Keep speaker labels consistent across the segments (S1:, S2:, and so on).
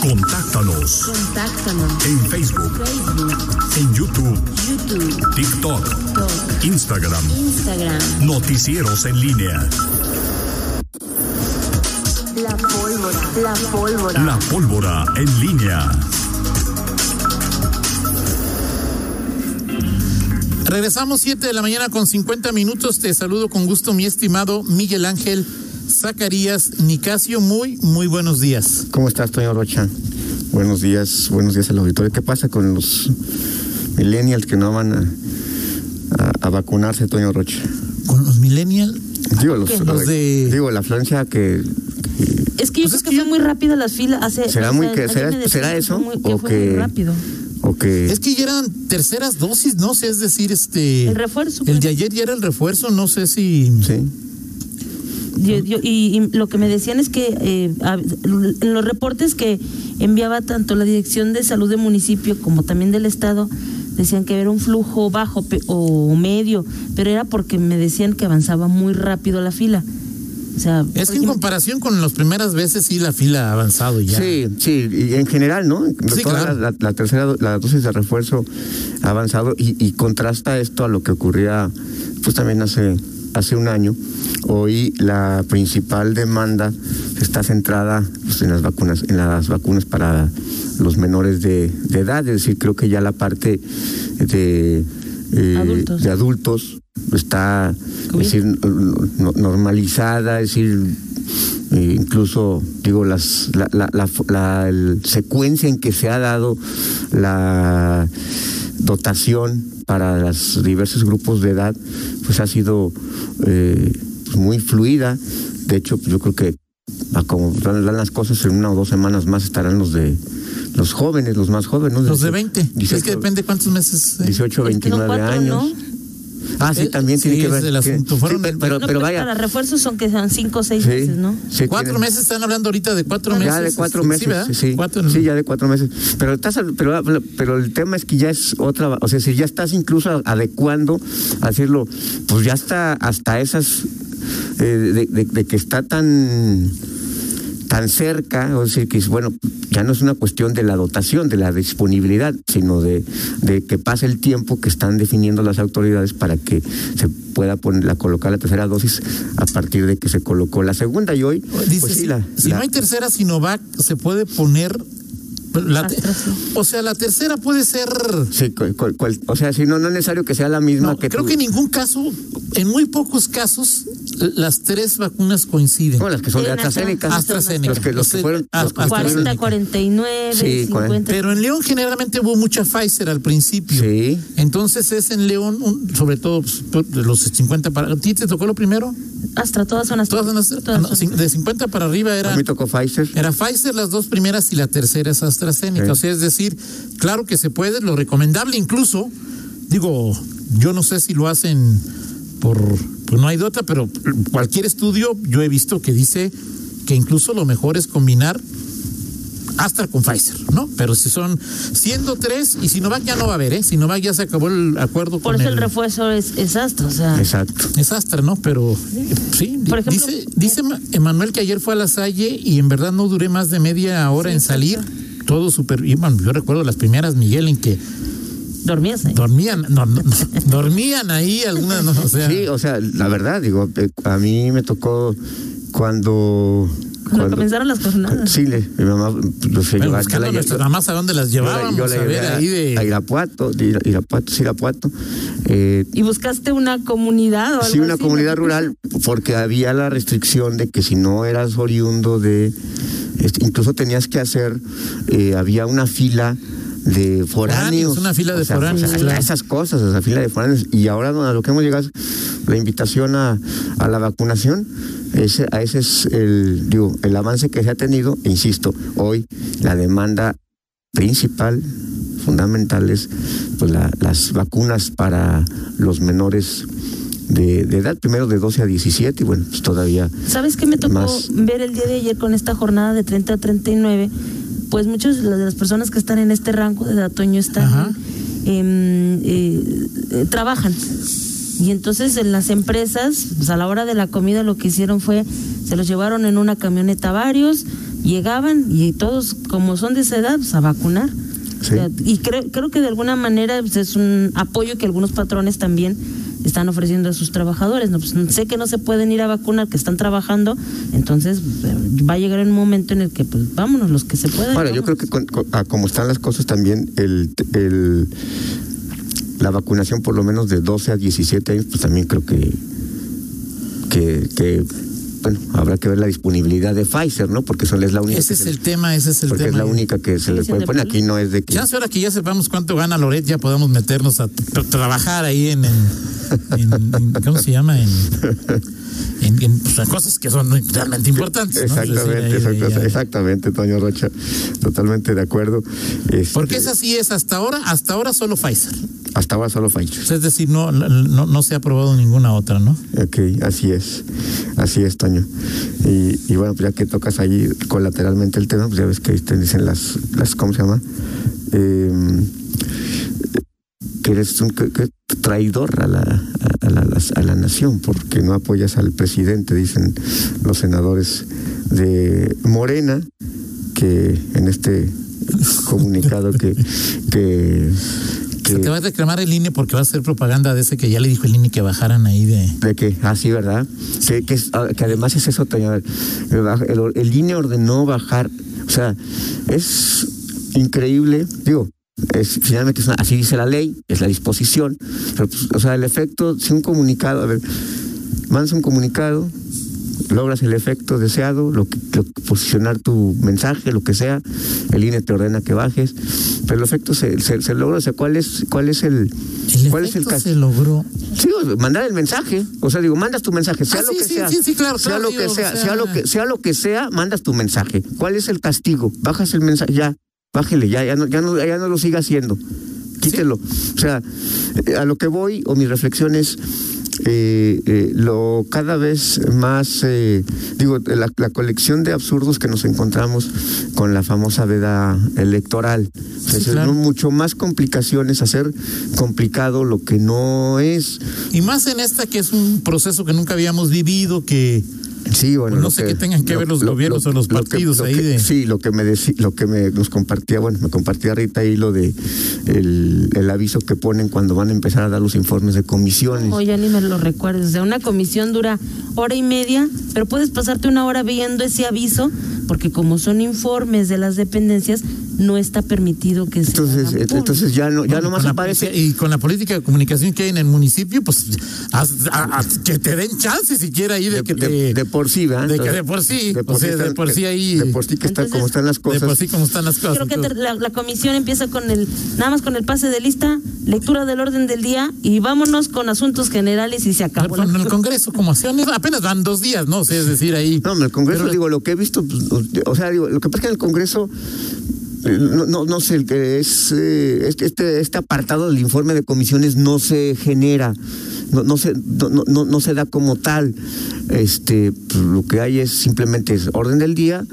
S1: Contáctanos
S2: Contáctanos.
S1: en Facebook,
S2: Facebook,
S1: en YouTube,
S2: YouTube,
S1: TikTok,
S2: TikTok,
S1: Instagram,
S2: Instagram.
S1: Noticieros en línea.
S2: La pólvora. La pólvora.
S1: La pólvora en línea.
S3: Regresamos 7 de la mañana con 50 minutos. Te saludo con gusto, mi estimado Miguel Ángel Zacarías Nicasio. Muy, muy buenos días.
S4: ¿Cómo estás, Toño Rocha? Buenos días, buenos días al auditorio. ¿Qué pasa con los millennials que no van a, a- a vacunarse, Toño Rocha?
S3: Con los millennials.
S4: Digo, los,
S3: ¿Qué? Los de-
S4: digo la afluencia que... que-
S5: Es que yo
S3: Pues
S5: creo
S3: es
S5: que,
S3: que
S5: fue muy rápida las filas. Hace,
S4: ¿Será
S5: o
S4: muy
S5: sea,
S4: que-
S5: ayer
S4: será-
S5: me decían
S4: será
S5: que
S4: eso?
S5: fue muy- que
S4: ¿O
S5: fue
S4: que-
S5: muy rápido.
S4: o que
S3: Es que ya eran terceras dosis, no sé, es decir, este.
S5: El refuerzo,
S3: El
S5: pues.
S3: de ayer ya era el refuerzo, no sé si.
S4: Sí,
S5: Yo- yo- y, y lo que me decían es que eh, a- en los reportes que enviaba tanto la Dirección de Salud del municipio como también del Estado, decían que era un flujo bajo pe- o medio, pero era porque me decían que avanzaba muy rápido la fila. O sea, pues, por
S3: Es que en
S5: ejemplo,
S3: comparación con las primeras veces, sí, la fila ha avanzado ya.
S4: sí, sí, y en general, ¿no?
S3: Sí,
S4: Toda
S3: claro.
S4: la, la- la tercera, do- la dosis de refuerzo ha avanzado y, y contrasta esto a lo que ocurría pues también hace, hace un año. Hoy la principal demanda está centrada pues, en las vacunas, en las vacunas para los menores de, de edad, es decir, creo que ya la parte de, eh,
S5: Adultos.
S4: de adultos está es
S5: Covid.
S4: decir, no- normalizada, es decir, eh, incluso digo las la, la, la, fo- la- el secuencia en que se ha dado la dotación para los diversos grupos de edad pues ha sido eh, pues, muy fluida de hecho pues yo creo que a como van van las cosas en una o dos semanas más estarán los de los jóvenes los más jóvenes ¿no?
S3: Los de 20. es que
S4: 18,
S3: depende cuántos meses. eh.
S4: 18
S5: es que son
S4: 29
S5: cuatro,
S4: años
S5: ¿no?
S4: Ah, sí,
S3: Eh,
S4: también
S3: sí,
S4: tiene que
S3: ese
S4: ver.
S3: es el
S4: tiene-
S3: asunto.
S4: sí,
S3: Fueron
S4: pe-
S3: el-
S4: pero,
S5: No,
S4: pero
S5: Para
S4: vaya.
S5: refuerzos son que sean cinco o seis
S4: sí,
S5: meses, ¿no?
S4: sí
S3: cuatro
S4: tiene-
S3: meses, están hablando ahorita de cuatro meses.
S4: Ya de cuatro
S3: Sí,
S4: meses,
S3: ¿verdad?
S4: sí, sí,
S3: Cuatro-
S4: Sí, ya de cuatro meses. Pero estás, al- pero, pero el tema es que ya es otra, o sea, si ya estás incluso adecuando a decirlo, pues ya está hasta esas eh, de, de- de que está tan tan cerca, o decir que es, bueno, ya no es una cuestión de la dotación, de la disponibilidad, sino de, de que pase el tiempo que están definiendo las autoridades para que se pueda poner la colocar la tercera dosis a partir de que se colocó la segunda y hoy
S3: Dice,
S4: pues sí,
S3: si,
S4: la-
S3: si
S4: la-
S3: no hay tercera Sinovac, se puede poner... la te-
S5: AstraZeneca.
S3: o sea, la tercera puede ser...
S4: Sí, cual- cual- cual- o sea, si no, no es necesario que sea la misma
S3: no,
S4: que
S3: creo
S4: tú-
S3: que en ningún caso, en muy pocos casos, l- las tres vacunas coinciden.
S4: no, las que son de
S5: En
S4: AstraZeneca.
S3: AstraZeneca.
S4: Los que, los que fueron. los que
S3: AstraZeneca.
S4: fueron-
S5: 40, 49,
S4: Sí,
S5: 50.
S3: Pero en León generalmente hubo mucha Pfizer al principio.
S4: Sí.
S3: Entonces es en León, un- sobre todo pues, por- de los 50 para... ¿A ti te tocó lo primero?
S5: Astra, todas son Astra.
S3: Todas las-
S5: Todas
S3: no,
S5: son
S3: cin- de 50 para arriba
S4: A
S3: era...
S4: mí tocó Pfizer.
S3: Era Pfizer las dos primeras y la tercera es AstraZeneca.
S4: Sí.
S3: O sea, es decir, claro que se puede, lo recomendable incluso, digo, yo no sé si lo hacen por, pues no hay dota, pero cualquier estudio yo he visto que dice que incluso lo mejor es combinar Astra con Pfizer, ¿no? Pero si son siendo tres y Sinovac ya no va a haber, ¿eh? Sinovac ya se acabó el acuerdo
S5: Por
S3: con
S5: eso el refuerzo es, es Astra, o sea.
S4: Exacto.
S3: es Astra, ¿no? Pero eh, sí,
S5: Por ejemplo,
S3: dice, dice Ma- Emanuel que ayer fue a la Salle y en verdad no duré más de media hora en salir. Todo súper. y, bueno, yo recuerdo las primeras, Miguel, en que
S5: Dormías ahí.
S3: dormían, no, no, no, dormían ahí algunas, no, o sea.
S4: Sí, o sea, la verdad, digo, eh, a mí me tocó cuando.
S5: Cuando comenzaron las jornadas.
S4: Sí, le- mi mamá. pues, lo sé,
S3: bueno,
S4: yo- yo
S3: buscando
S4: la-
S3: a
S4: yo-
S3: nuestras mamás a dónde las
S4: yo la-
S3: llevábamos,
S4: yo la
S3: a
S4: llevé
S3: ver, ahí de.
S4: a Irapuato, de Ira- Irapuato, sí, Irapuato. Eh,
S5: ¿Y buscaste una comunidad o algo
S4: Sí, una
S5: así,
S4: comunidad
S5: no?
S4: rural, porque había la restricción de que si no eras oriundo de, este, incluso tenías que hacer, eh, había una fila de foráneos.
S3: Foráneos, una fila de foráneos, claro.
S4: Esas cosas, esa fila de foráneos. Y ahora don, a lo que hemos llegado es la invitación a, a la vacunación. Ese, a ese es el, digo, el avance que se ha tenido, E insisto, hoy la demanda principal, fundamental es pues, la- las vacunas para los menores de, de edad, primero de 12 a 17, y bueno, pues todavía
S5: ¿Sabes qué me tocó
S4: Más.
S5: ver el día de ayer con esta jornada de 30 a 39? Pues muchas de las personas que están en este rango de edad, Toño,
S3: Ajá.
S5: están, em, eh, eh, trabajan. Y entonces en las empresas, pues a la hora de la comida lo que hicieron fue, se los llevaron en una camioneta varios, llegaban y todos, como son de esa edad, pues, a vacunar.
S4: Sí.
S5: O sea, y creo, creo que de alguna manera pues, es un apoyo que algunos patrones también están ofreciendo a sus trabajadores. No, pues, sé que no se pueden ir a vacunar, que están trabajando, entonces eh, va a llegar un momento en el que, pues vámonos, los que se puedan.
S4: Ahora, yo creo
S5: vámonos.
S4: que con- con- a como están las cosas también, el, el- la vacunación por lo menos de 12 a 17 años, pues también creo que, que, que, bueno, habrá que ver la disponibilidad de Pfizer, ¿no? Porque son, es la única.
S3: Ese
S4: que
S3: es
S4: se-
S3: el tema, ese es el
S4: porque
S3: tema. ¿eh?
S4: es la única que se
S5: Sí,
S4: le
S5: sí,
S4: puede
S5: de
S4: poner.
S5: acuerdo.
S4: Aquí no es de que.
S3: Chance ahora que ya sepamos cuánto gana Loret, ya podamos meternos a tra- trabajar ahí en, en- en- en- ¿cómo se llama? En, en- en, pues, en cosas que son realmente importantes. ¿no? Es decir, ahí
S4: Exactamente,
S3: de-
S4: exacta-
S3: ya-
S4: exactamente, Toño Rocha. Totalmente de acuerdo. Este,
S3: Porque esa sí es hasta ahora, hasta ahora solo Pfizer.
S4: Hasta ahora solo Pfizer.
S3: Es decir, no, no, no se ha aprobado ninguna otra, ¿no?
S4: Ok, así es, así es, Toño. Y, y bueno, pues ya que tocas ahí colateralmente el tema, pues ya ves que ahí te dicen las, las ¿cómo se llama? Em, que eres un que- que traidor a la, a, a la, a la nación porque no apoyas al presidente, dicen los senadores de Morena, que en este comunicado que... que, que
S3: Se te va a reclamar el INE porque va a hacer propaganda de ese que ya le dijo el INE que bajaran ahí de...
S4: De que, ah, sí, ¿verdad? Que, que, es- ah, que además es eso, Toño. a ver, El, baj- el- el INE ordenó bajar. O sea, es increíble. Digo, es, finalmente es una- así dice la ley, es la disposición. Pero, pues, o sea, el efecto, si un comunicado, a ver, mandas un comunicado, logras el efecto deseado, lo que, lo- posicionar tu mensaje, lo que sea, el INE te ordena que bajes, pero el efecto se, se, se logra, o sea, ¿cuál es, cuál es el,
S3: El
S4: cuál es el
S3: efecto
S4: caso?
S3: se logró.
S4: Sí, o- mandar el mensaje. O sea, digo, mandas tu mensaje, sea
S3: Ah,
S4: lo
S3: sí,
S4: que
S3: sí,
S4: sea.
S3: sí, sí, claro,
S4: sea
S3: claro,
S4: lo que
S3: digo,
S4: sea,
S3: o sea-
S4: sea lo que sea lo que sea, mandas tu mensaje. ¿Cuál es el castigo? Bajas el mensaje, ya, bájele, ya, ya no, ya no, ya no lo siga haciendo. Quítelo. O sea, eh, a lo que voy, o mi reflexión es. eh, eh, lo cada vez más eh, digo la, la colección de absurdos que nos encontramos con la famosa veda electoral O sea,
S3: Sí,
S4: se
S3: claro.
S4: ven mucho más complicaciones hacer complicado lo que no es
S3: Y más en esta que es un proceso que nunca habíamos vivido, que...
S4: Sí, bueno,
S3: Pues no
S4: lo
S3: sé qué tengan que ver los gobiernos o los
S4: lo que-
S3: partidos
S4: lo
S3: ahí
S4: que-
S3: de-
S4: Sí, lo que me decí- lo que me nos compartía, bueno, me compartía Rita ahí lo de el, el aviso que ponen cuando van a empezar a dar los informes de comisiones.
S5: No, ya ni me lo recuerdes. O sea, una comisión dura hora y media, pero puedes pasarte una hora viendo ese aviso, porque como son informes de las dependencias, no está permitido que se.
S4: entonces,
S5: hagan
S4: eh,
S5: públicos.
S4: entonces ya no, ya
S3: Bueno,
S4: nomás
S3: con la
S4: aparece.
S3: policía- y con la política de comunicación que hay en el municipio, pues haz- a- a- que te den chance siquiera ahí de,
S4: De,
S3: que te,
S4: de- de por sí, ¿verdad?
S3: de que
S4: Entonces,
S3: de por sí,
S4: de por
S3: o sea,
S4: sí
S3: de
S4: están-
S3: por sí ahí-
S4: De por sí que están
S5: Entonces,
S4: como están las
S3: de
S4: cosas.
S3: por sí como están las cosas.
S5: Creo que
S3: entonces-
S5: te- la, la comisión empieza con el nada más con el pase de lista, lectura del orden del día y vámonos con asuntos generales y se
S3: Ah,
S5: acabó.
S3: pero en
S5: la-
S3: el Congreso, como hacían, eso, apenas van dos días, ¿no? O sea, es decir, ahí.
S4: No, en el Congreso,
S3: Pero-
S4: digo, lo que he visto, pues, o sea, digo, lo que pasa es que en el Congreso, eh, no, no, no sé, el que es eh, este, este, este apartado del informe de comisiones no se genera, no, no, se, no, no- no, no se da como tal. Este, pues, lo que hay es simplemente es orden del día,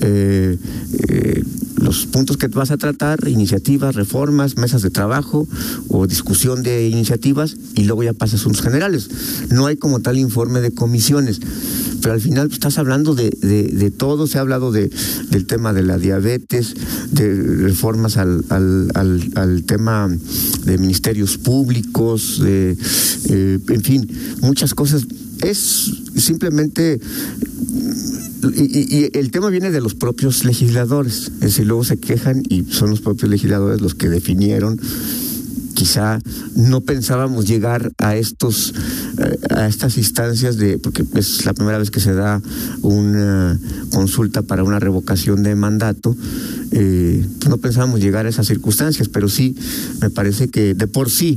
S4: eh, eh, los puntos que vas a tratar, iniciativas, reformas, mesas de trabajo o discusión de iniciativas y luego ya pasa a asuntos generales. No hay como tal informe de comisiones, pero al final pues, estás hablando de, de- de todo, se ha hablado de, del tema de la diabetes, de reformas al, al- al- al tema de ministerios públicos, de, eh, en fin, muchas cosas. Es simplemente y, y- y el tema viene de los propios legisladores, es decir, luego se quejan y son los propios legisladores los que definieron. Quizá no pensábamos llegar a estos, eh, a estas instancias de, porque es la primera vez que se da una consulta para una revocación de mandato. eh, no pensábamos llegar a esas circunstancias, pero sí me parece que de por sí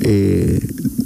S4: eh,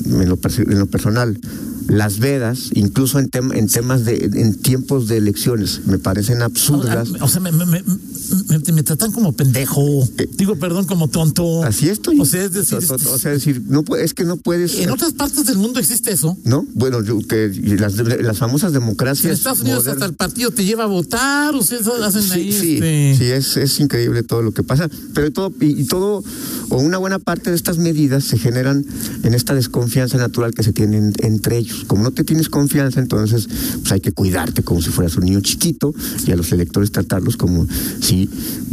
S4: en, lo, perso- en lo personal, las vedas, incluso en, tem- en temas de, en tiempos de elecciones, me parecen absurdas.
S3: O sea, me, me- me- me- me tratan como pendejo. Digo, perdón, como tonto.
S4: Eh, Así estoy.
S3: O sea, es decir,
S4: o, o- o sea, es decir, no, pu- es que no puedes.
S3: en otras partes del mundo existe eso.
S4: ¿No? Bueno, yo- que y las, de- las famosas democracias.
S3: En Estados Unidos
S4: modernas-
S3: hasta el partido te lleva a votar, o sea, hacen ahí.
S4: Sí, sí,
S3: este-
S4: sí, es, es increíble todo lo que pasa. Pero todo, y, y todo, o una buena parte de estas medidas se generan en esta desconfianza natural que se tiene en- entre ellos. pues como no te tienes confianza, entonces pues hay que cuidarte como si fueras un niño chiquito y a los electores tratarlos como si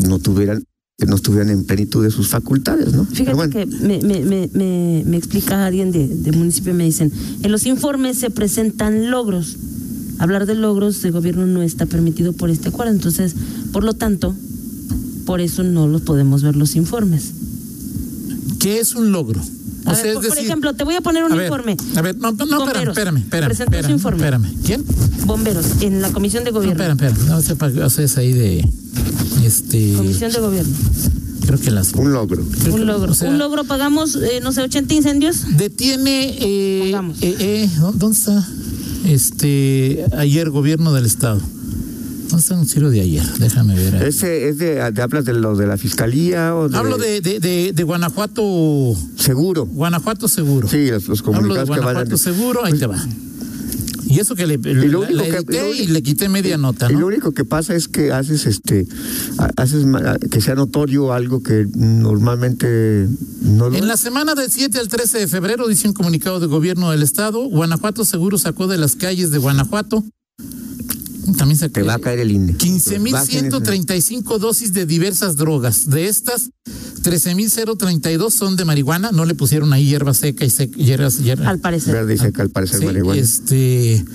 S4: no tuvieran que no estuvieran en plenitud de sus facultades, ¿no?
S5: Fíjate
S4: Pero bueno.
S5: que me, me- me- me- me explica alguien de, de municipio, me dicen, en los informes se presentan logros. Hablar de logros de gobierno no está permitido por este acuerdo, entonces, por lo tanto, por eso no los podemos ver los informes.
S3: ¿Qué es un logro?
S5: A
S3: O
S5: ver,
S3: sea, es
S5: por, por
S3: decir-
S5: ejemplo, te voy a poner un
S3: a ver,
S5: informe.
S3: A ver, no, no, no, espérame,
S5: Bomberos.
S3: espérame, espérame,
S5: Presentó su
S3: espérame,
S5: informe.
S3: espérame. ¿Quién?
S5: Bomberos, en la comisión de
S3: No,
S5: gobierno.
S3: espérame, espérame. No sé para qué haces ahí de. Este.
S5: Comisión de gobierno.
S3: Creo que las.
S4: un logro.
S3: creo que-
S5: Un logro.
S3: o sea,
S5: un logro pagamos, eh, no sé, 80 incendios.
S3: Detiene. Eh,
S5: Pongamos.
S3: eh, eh, ¿dó- ¿Dónde está? Este. Ayer, gobierno del Estado. ¿Dónde está el noticiero de ayer? Déjame ver. ahí.
S4: Ese es de, de- hablas de lo de la fiscalía o de,
S3: Hablo de, de, de, de Guanajuato.
S4: seguro.
S3: Guanajuato Seguro.
S4: Sí, los, los
S3: Hablo de
S4: comunicados que van
S3: Guanajuato
S4: a
S3: Seguro, ahí te va. Y eso que le, le-
S4: lo
S3: la-
S4: único
S3: la
S4: que-
S3: edité
S4: lo
S3: y
S4: único-
S3: le quité media nota,
S4: Y
S3: ¿no?
S4: lo único que pasa es que haces este ha- haces ma- que sea notorio algo que normalmente no lo
S3: En la semana del 7 al 13 de febrero, dice un comunicado de gobierno del Estado, Guanajuato Seguro sacó de las calles de Guanajuato. También se
S4: te va a caer el INE.
S3: 15.135 dosis de diversas drogas. De estas, 13.032 son de marihuana. No le pusieron ahí hierba seca y sec- hierbas. hierba-
S5: Al parecer.
S4: Verde y seca al parecer
S3: Sí,
S4: marihuana.
S3: este,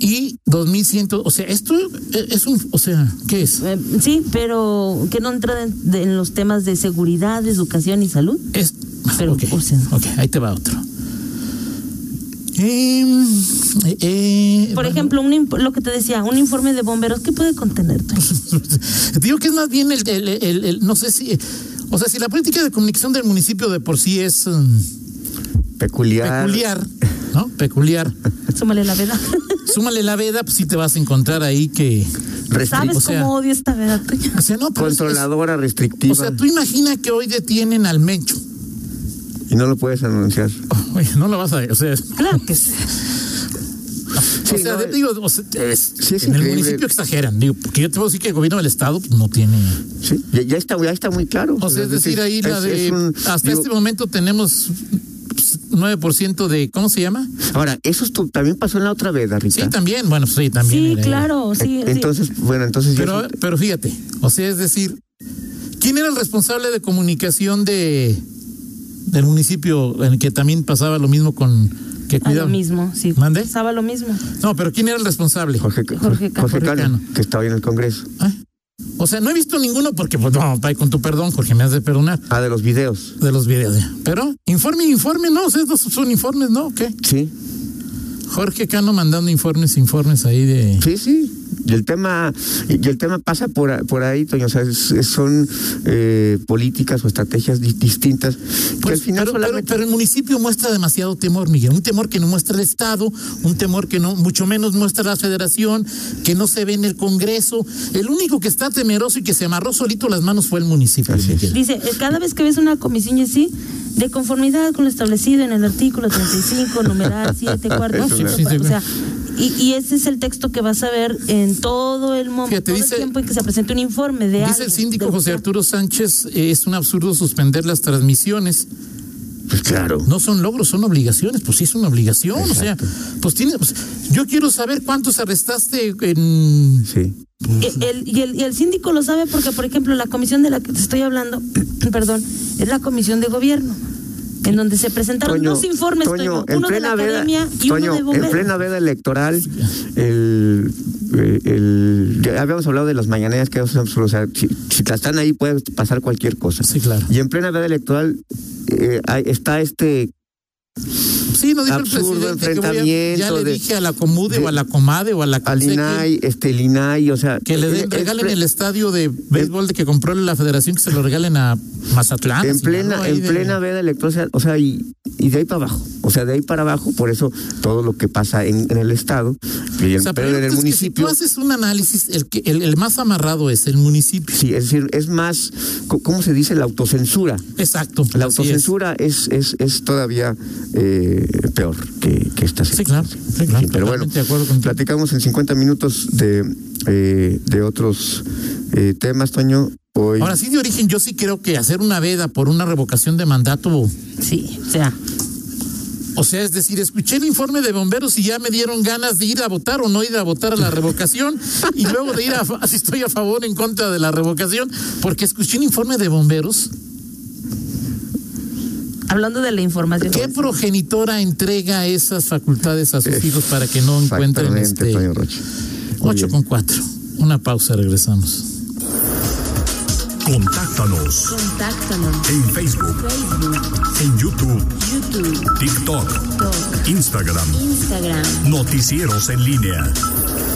S3: y 2.100. O sea, esto e-, es un. O sea, ¿qué es?
S5: Eh, sí, pero que no entra en, de- en los temas de seguridad, educación y salud.
S3: Es,
S5: Pero,
S3: ok,
S5: o sea-
S3: ok, ahí te va otro. Em, eh, eh,
S5: Por
S3: bueno,
S5: ejemplo, un, imp- lo que te decía, un informe de bomberos, ¿qué puede contener? Toño?
S3: Pues, Digo que es más bien el, el- el- el- no sé si, o sea, si la política de comunicación del municipio de por sí es mm,
S4: Peculiar.
S3: peculiar, ¿no? Peculiar.
S5: Súmale la veda.
S3: Súmale la veda, pues sí te vas a encontrar ahí que...
S4: restric-
S5: ¿Sabes
S3: o sea-
S5: cómo odio esta veda, Toño?
S3: O sea, no, pero es- es-
S4: controladora restrictiva
S3: o sea, tú imagina que hoy detienen al Mencho.
S4: y no lo puedes anunciar.
S3: Oye, no lo vas a... O sea,
S5: Claro que sí.
S3: o
S4: Sí,
S3: sea,
S4: no,
S3: de-
S4: eh,
S3: digo, o sea, es-
S4: Sí, es
S3: en el
S4: increíble.
S3: municipio exageran. Digo, porque yo te puedo decir que el gobierno del estado pues, no tiene...
S4: Sí, ya, ya está, ya está muy claro.
S3: O sea, es decir, ahí la
S4: es-
S3: de.
S4: es un-
S3: hasta
S4: digo,
S3: este momento tenemos pues, 9% de. ¿Cómo se llama?
S4: Ahora, eso estu- también pasó en la otra veda,
S3: Sí,
S4: Rita.
S3: también. Bueno, sí, también.
S5: Sí,
S3: era-
S5: claro, Oh, sí.
S4: Eh,
S5: sí.
S4: Entonces, bueno, entonces ya
S3: Pero,
S4: es un-
S3: pero fíjate, o sea, es decir, ¿quién era el responsable de comunicación de del municipio en el que también pasaba lo mismo con que
S5: Ah, lo
S3: cuidaba?
S5: mismo, sí.
S3: ¿Mande?
S5: Pasaba lo mismo.
S3: No, pero ¿quién era el responsable?
S4: Jorge,
S5: Jorge
S4: Jorge,
S5: Cano.
S4: Jorge Cano,
S3: Cano.
S4: que está hoy en el Congreso.
S3: Ah, O sea, no he visto ninguno porque, pues, no, pa, con tu perdón, Jorge, me has de perdonar
S4: Ah, de los videos.
S3: de los videos. ya. Pero informe, informe, no, o sea, estos son informes, ¿no? ¿Qué?
S4: Sí,
S3: Jorge Cano mandando informes, informes ahí de.
S4: sí, sí. Y el tema, y el tema pasa por, a- por ahí, Toño. O sea, es- es- son eh, políticas o estrategias di- distintas que
S3: Pues,
S4: al final
S3: pero, pero-
S4: solamente.
S3: pero el municipio muestra demasiado temor, Miguel. Un temor que no muestra el Estado, un temor que no, mucho menos muestra la Federación, que no se ve en el Congreso. El único que está temeroso y que se amarró solito las manos fue el municipio.
S4: Así es.
S3: Miguel.
S5: Dice, eh, cada vez que ves una comisión y así, de conformidad con lo establecido en el artículo 35, numeral 7, cuarto,
S4: Eso,
S5: punto
S3: sí,
S5: cuatro,
S3: sí.
S5: o sea, y, y ese es el texto que vas a ver en todo el
S3: Fíjate,
S5: momento, todo
S3: dice-
S5: el tiempo en que se presente un informe de
S3: Dice
S5: algo,
S3: el síndico
S5: de-
S3: José Arturo Sánchez, eh, es un absurdo suspender las transmisiones.
S4: Pues claro.
S3: No son logros, son obligaciones. Pues sí es una obligación. O sea,
S4: Exacto.
S3: pues tiene... pues, yo quiero saber cuántos arrestaste en...
S4: Sí.
S5: Eh, el- y, el, y el síndico lo sabe porque, por ejemplo, la comisión de la que te estoy hablando, perdón, es la comisión de gobierno, en donde se presentaron
S4: Toño,
S5: dos informes,
S4: Toño,
S5: Toño, uno de la academia y
S4: Toño,
S5: uno de
S4: en
S5: bomberos.
S4: plena veda electoral, el, eh, el- ya habíamos hablado de las mañaneras que hacemos, o sea, si, si las están ahí puede pasar cualquier cosa.
S3: Sí, claro.
S4: Y en plena veda electoral eh, ahí está este
S3: Sí, nos dijo
S4: Absurdo
S3: el presidente que voy a- ya
S4: enfrentamiento
S3: le
S4: de-
S3: dije a la Comude
S4: de-
S3: o a la Comade o a la
S4: al
S3: Conseje
S4: INAI, este el INAI, o sea,
S3: que le den,
S4: eh,
S3: regalen
S4: en
S3: el
S4: ple-
S3: estadio de béisbol de que compró la Federación que se lo regalen a Mazatlán.
S4: en
S3: Sinaloa,
S4: plena
S3: ahí
S4: en
S3: de-
S4: plena veda electoral, o sea, y, y de ahí para abajo, o sea, de ahí para abajo, por eso todo lo que pasa en, en el estado y
S3: O
S4: en,
S3: sea,
S4: pero
S3: pero
S4: en
S3: entonces que
S4: el
S3: si
S4: municipio
S3: tú haces un análisis, el que el, el más amarrado es el municipio.
S4: Sí, es decir, es más, co- ¿cómo se dice? La autocensura.
S3: Exacto.
S4: La
S3: así es.
S4: autocensura es, es, es todavía eh, peor que, que esta
S3: Sí, claro.
S4: circunstancia.
S3: Sí, claro,
S4: pero bueno,
S3: totalmente de acuerdo contigo.
S4: platicamos en 50 minutos de, eh, de otros eh, temas, Toño. Hoy,
S3: Ahora sí de origen yo sí creo que hacer una veda por una revocación de mandato
S5: Sí, o sea,
S3: O sea, es decir, escuché el informe de bomberos y ya me dieron ganas de ir a votar o no ir a votar a la revocación y luego de ir a fa- si estoy a favor o en contra de la revocación, porque escuché un informe de bomberos.
S5: Hablando de la información.
S3: ¿Qué progenitora entrega esas facultades a sus hijos para que no encuentren
S4: eh, Exactamente,
S3: este
S4: Toño Rocha. Muy
S3: 8
S4: bien.
S3: con 4? Una pausa, regresamos.
S1: Contáctanos
S2: Contáctanos.
S1: en Facebook,
S2: Facebook,
S1: en YouTube,
S2: YouTube,
S1: TikTok,
S2: Talk,
S1: Instagram,
S2: Instagram.
S1: Noticieros en línea.